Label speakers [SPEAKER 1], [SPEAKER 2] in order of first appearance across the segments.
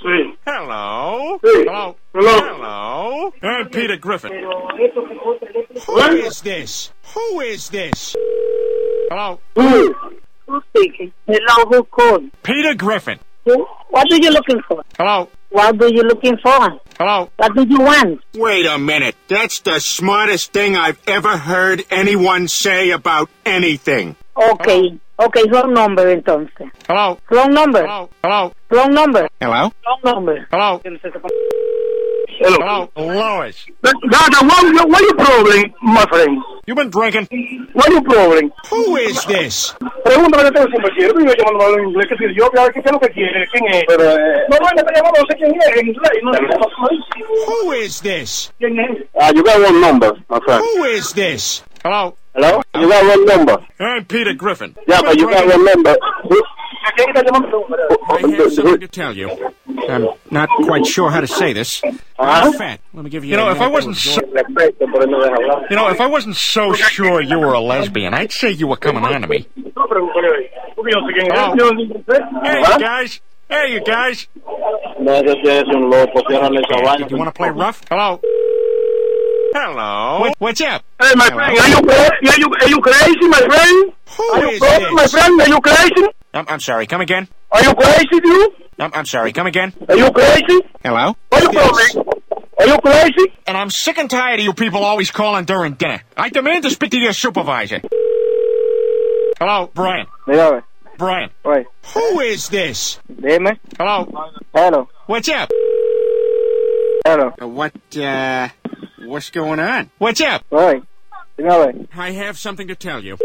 [SPEAKER 1] Hey.
[SPEAKER 2] Hello.
[SPEAKER 1] Hey.
[SPEAKER 2] Hello.
[SPEAKER 1] Hello.
[SPEAKER 2] Hello. I'm Peter Griffin. Who
[SPEAKER 1] What?
[SPEAKER 2] is this? Who is this? Hello.
[SPEAKER 1] Who?
[SPEAKER 3] Who's speaking? Hello, who called?
[SPEAKER 2] Peter Griffin.
[SPEAKER 3] Who? What are you looking for?
[SPEAKER 2] Hello.
[SPEAKER 3] What are you looking for?
[SPEAKER 2] Hello.
[SPEAKER 3] What do you want?
[SPEAKER 4] Wait a minute. That's the smartest thing I've ever heard anyone say about anything.
[SPEAKER 3] Okay, okay, wrong number entonces.
[SPEAKER 2] Hello.
[SPEAKER 3] Wrong number,
[SPEAKER 2] Hello. Hello.
[SPEAKER 3] wrong number,
[SPEAKER 4] Hello?
[SPEAKER 3] wrong number.
[SPEAKER 2] Hello.
[SPEAKER 1] Hello.
[SPEAKER 2] Hello. Lois.
[SPEAKER 1] Dada, what, what, what you problem, my friend?
[SPEAKER 2] You've been drinking.
[SPEAKER 1] What you problem?
[SPEAKER 2] Who is this?
[SPEAKER 1] Pregúntame qué es un vecino, yo llamando a en inglés, que si yo, que a ver qué es lo que quiere, quién es. Pero, eh... No, no, te llamando, no sé quién es, en inglés, no sé
[SPEAKER 2] Who is this?
[SPEAKER 1] quién es.
[SPEAKER 5] Uh, you got one number, my friend.
[SPEAKER 2] Who is this? Hello.
[SPEAKER 5] Hello? You got one number.
[SPEAKER 2] I'm Peter Griffin.
[SPEAKER 5] Yeah, but you got one number. Who-
[SPEAKER 1] ¿A quién está llamando?
[SPEAKER 2] I have something to tell you. I'm not quite sure how to say this.
[SPEAKER 5] ah,
[SPEAKER 2] I'm fat. Let me give you. You know, if I wasn't so, you know, if I wasn't so sure you were a lesbian, I'd say you were coming on to me.
[SPEAKER 1] No, pregúntale ahí. Porque yo no sé quién es, ¿Ah?
[SPEAKER 2] Hello.
[SPEAKER 1] yo no sé.
[SPEAKER 2] Oh. Hey,
[SPEAKER 5] Huh?
[SPEAKER 2] you guys. Hey, you guys.
[SPEAKER 5] No, ese sí es un loco. Ciérrale esa
[SPEAKER 2] Do
[SPEAKER 5] vaina.
[SPEAKER 2] you want to play rough? Hello. Hello. what's up?
[SPEAKER 1] Hey, my friend, are you, cra- are you, are you crazy, my friend?
[SPEAKER 2] Who
[SPEAKER 1] Are you
[SPEAKER 2] is
[SPEAKER 1] crazy, my
[SPEAKER 2] this?
[SPEAKER 1] friend? Are you crazy?
[SPEAKER 2] I'm, I'm sorry. Come again.
[SPEAKER 1] Are you crazy, dude?
[SPEAKER 2] I'm, I'm sorry. Come again.
[SPEAKER 1] Are you crazy?
[SPEAKER 4] Hello?
[SPEAKER 1] What you problem? Are you crazy?
[SPEAKER 2] And I'm sick and tired of you people always calling during dinner. I demand to speak to your supervisor. Hello, Brian.
[SPEAKER 6] Dígame,
[SPEAKER 2] Brian.
[SPEAKER 6] oye,
[SPEAKER 2] Who is this?
[SPEAKER 6] dime.
[SPEAKER 2] Hello.
[SPEAKER 6] Hello,
[SPEAKER 2] What's up?
[SPEAKER 6] hello,
[SPEAKER 4] Uh, What, uh, what's going on?
[SPEAKER 2] What's up?
[SPEAKER 6] oye, dime a ver.
[SPEAKER 2] I have something to tell you.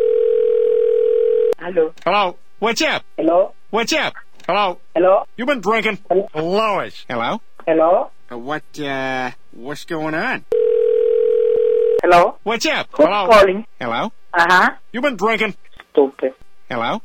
[SPEAKER 3] Hello,
[SPEAKER 2] Hello. What's up?
[SPEAKER 3] hello,
[SPEAKER 2] What's up? Hello.
[SPEAKER 3] hello,
[SPEAKER 2] You've been drinking. Lois.
[SPEAKER 4] Hello?
[SPEAKER 3] hello,
[SPEAKER 4] Uh, What, uh, what's going on?
[SPEAKER 3] hello.
[SPEAKER 2] What's up?
[SPEAKER 3] Who's
[SPEAKER 2] Hello.
[SPEAKER 3] calling?
[SPEAKER 4] Hello?
[SPEAKER 3] Ajá,
[SPEAKER 2] You've been drinking.
[SPEAKER 3] stupid.
[SPEAKER 4] Hello?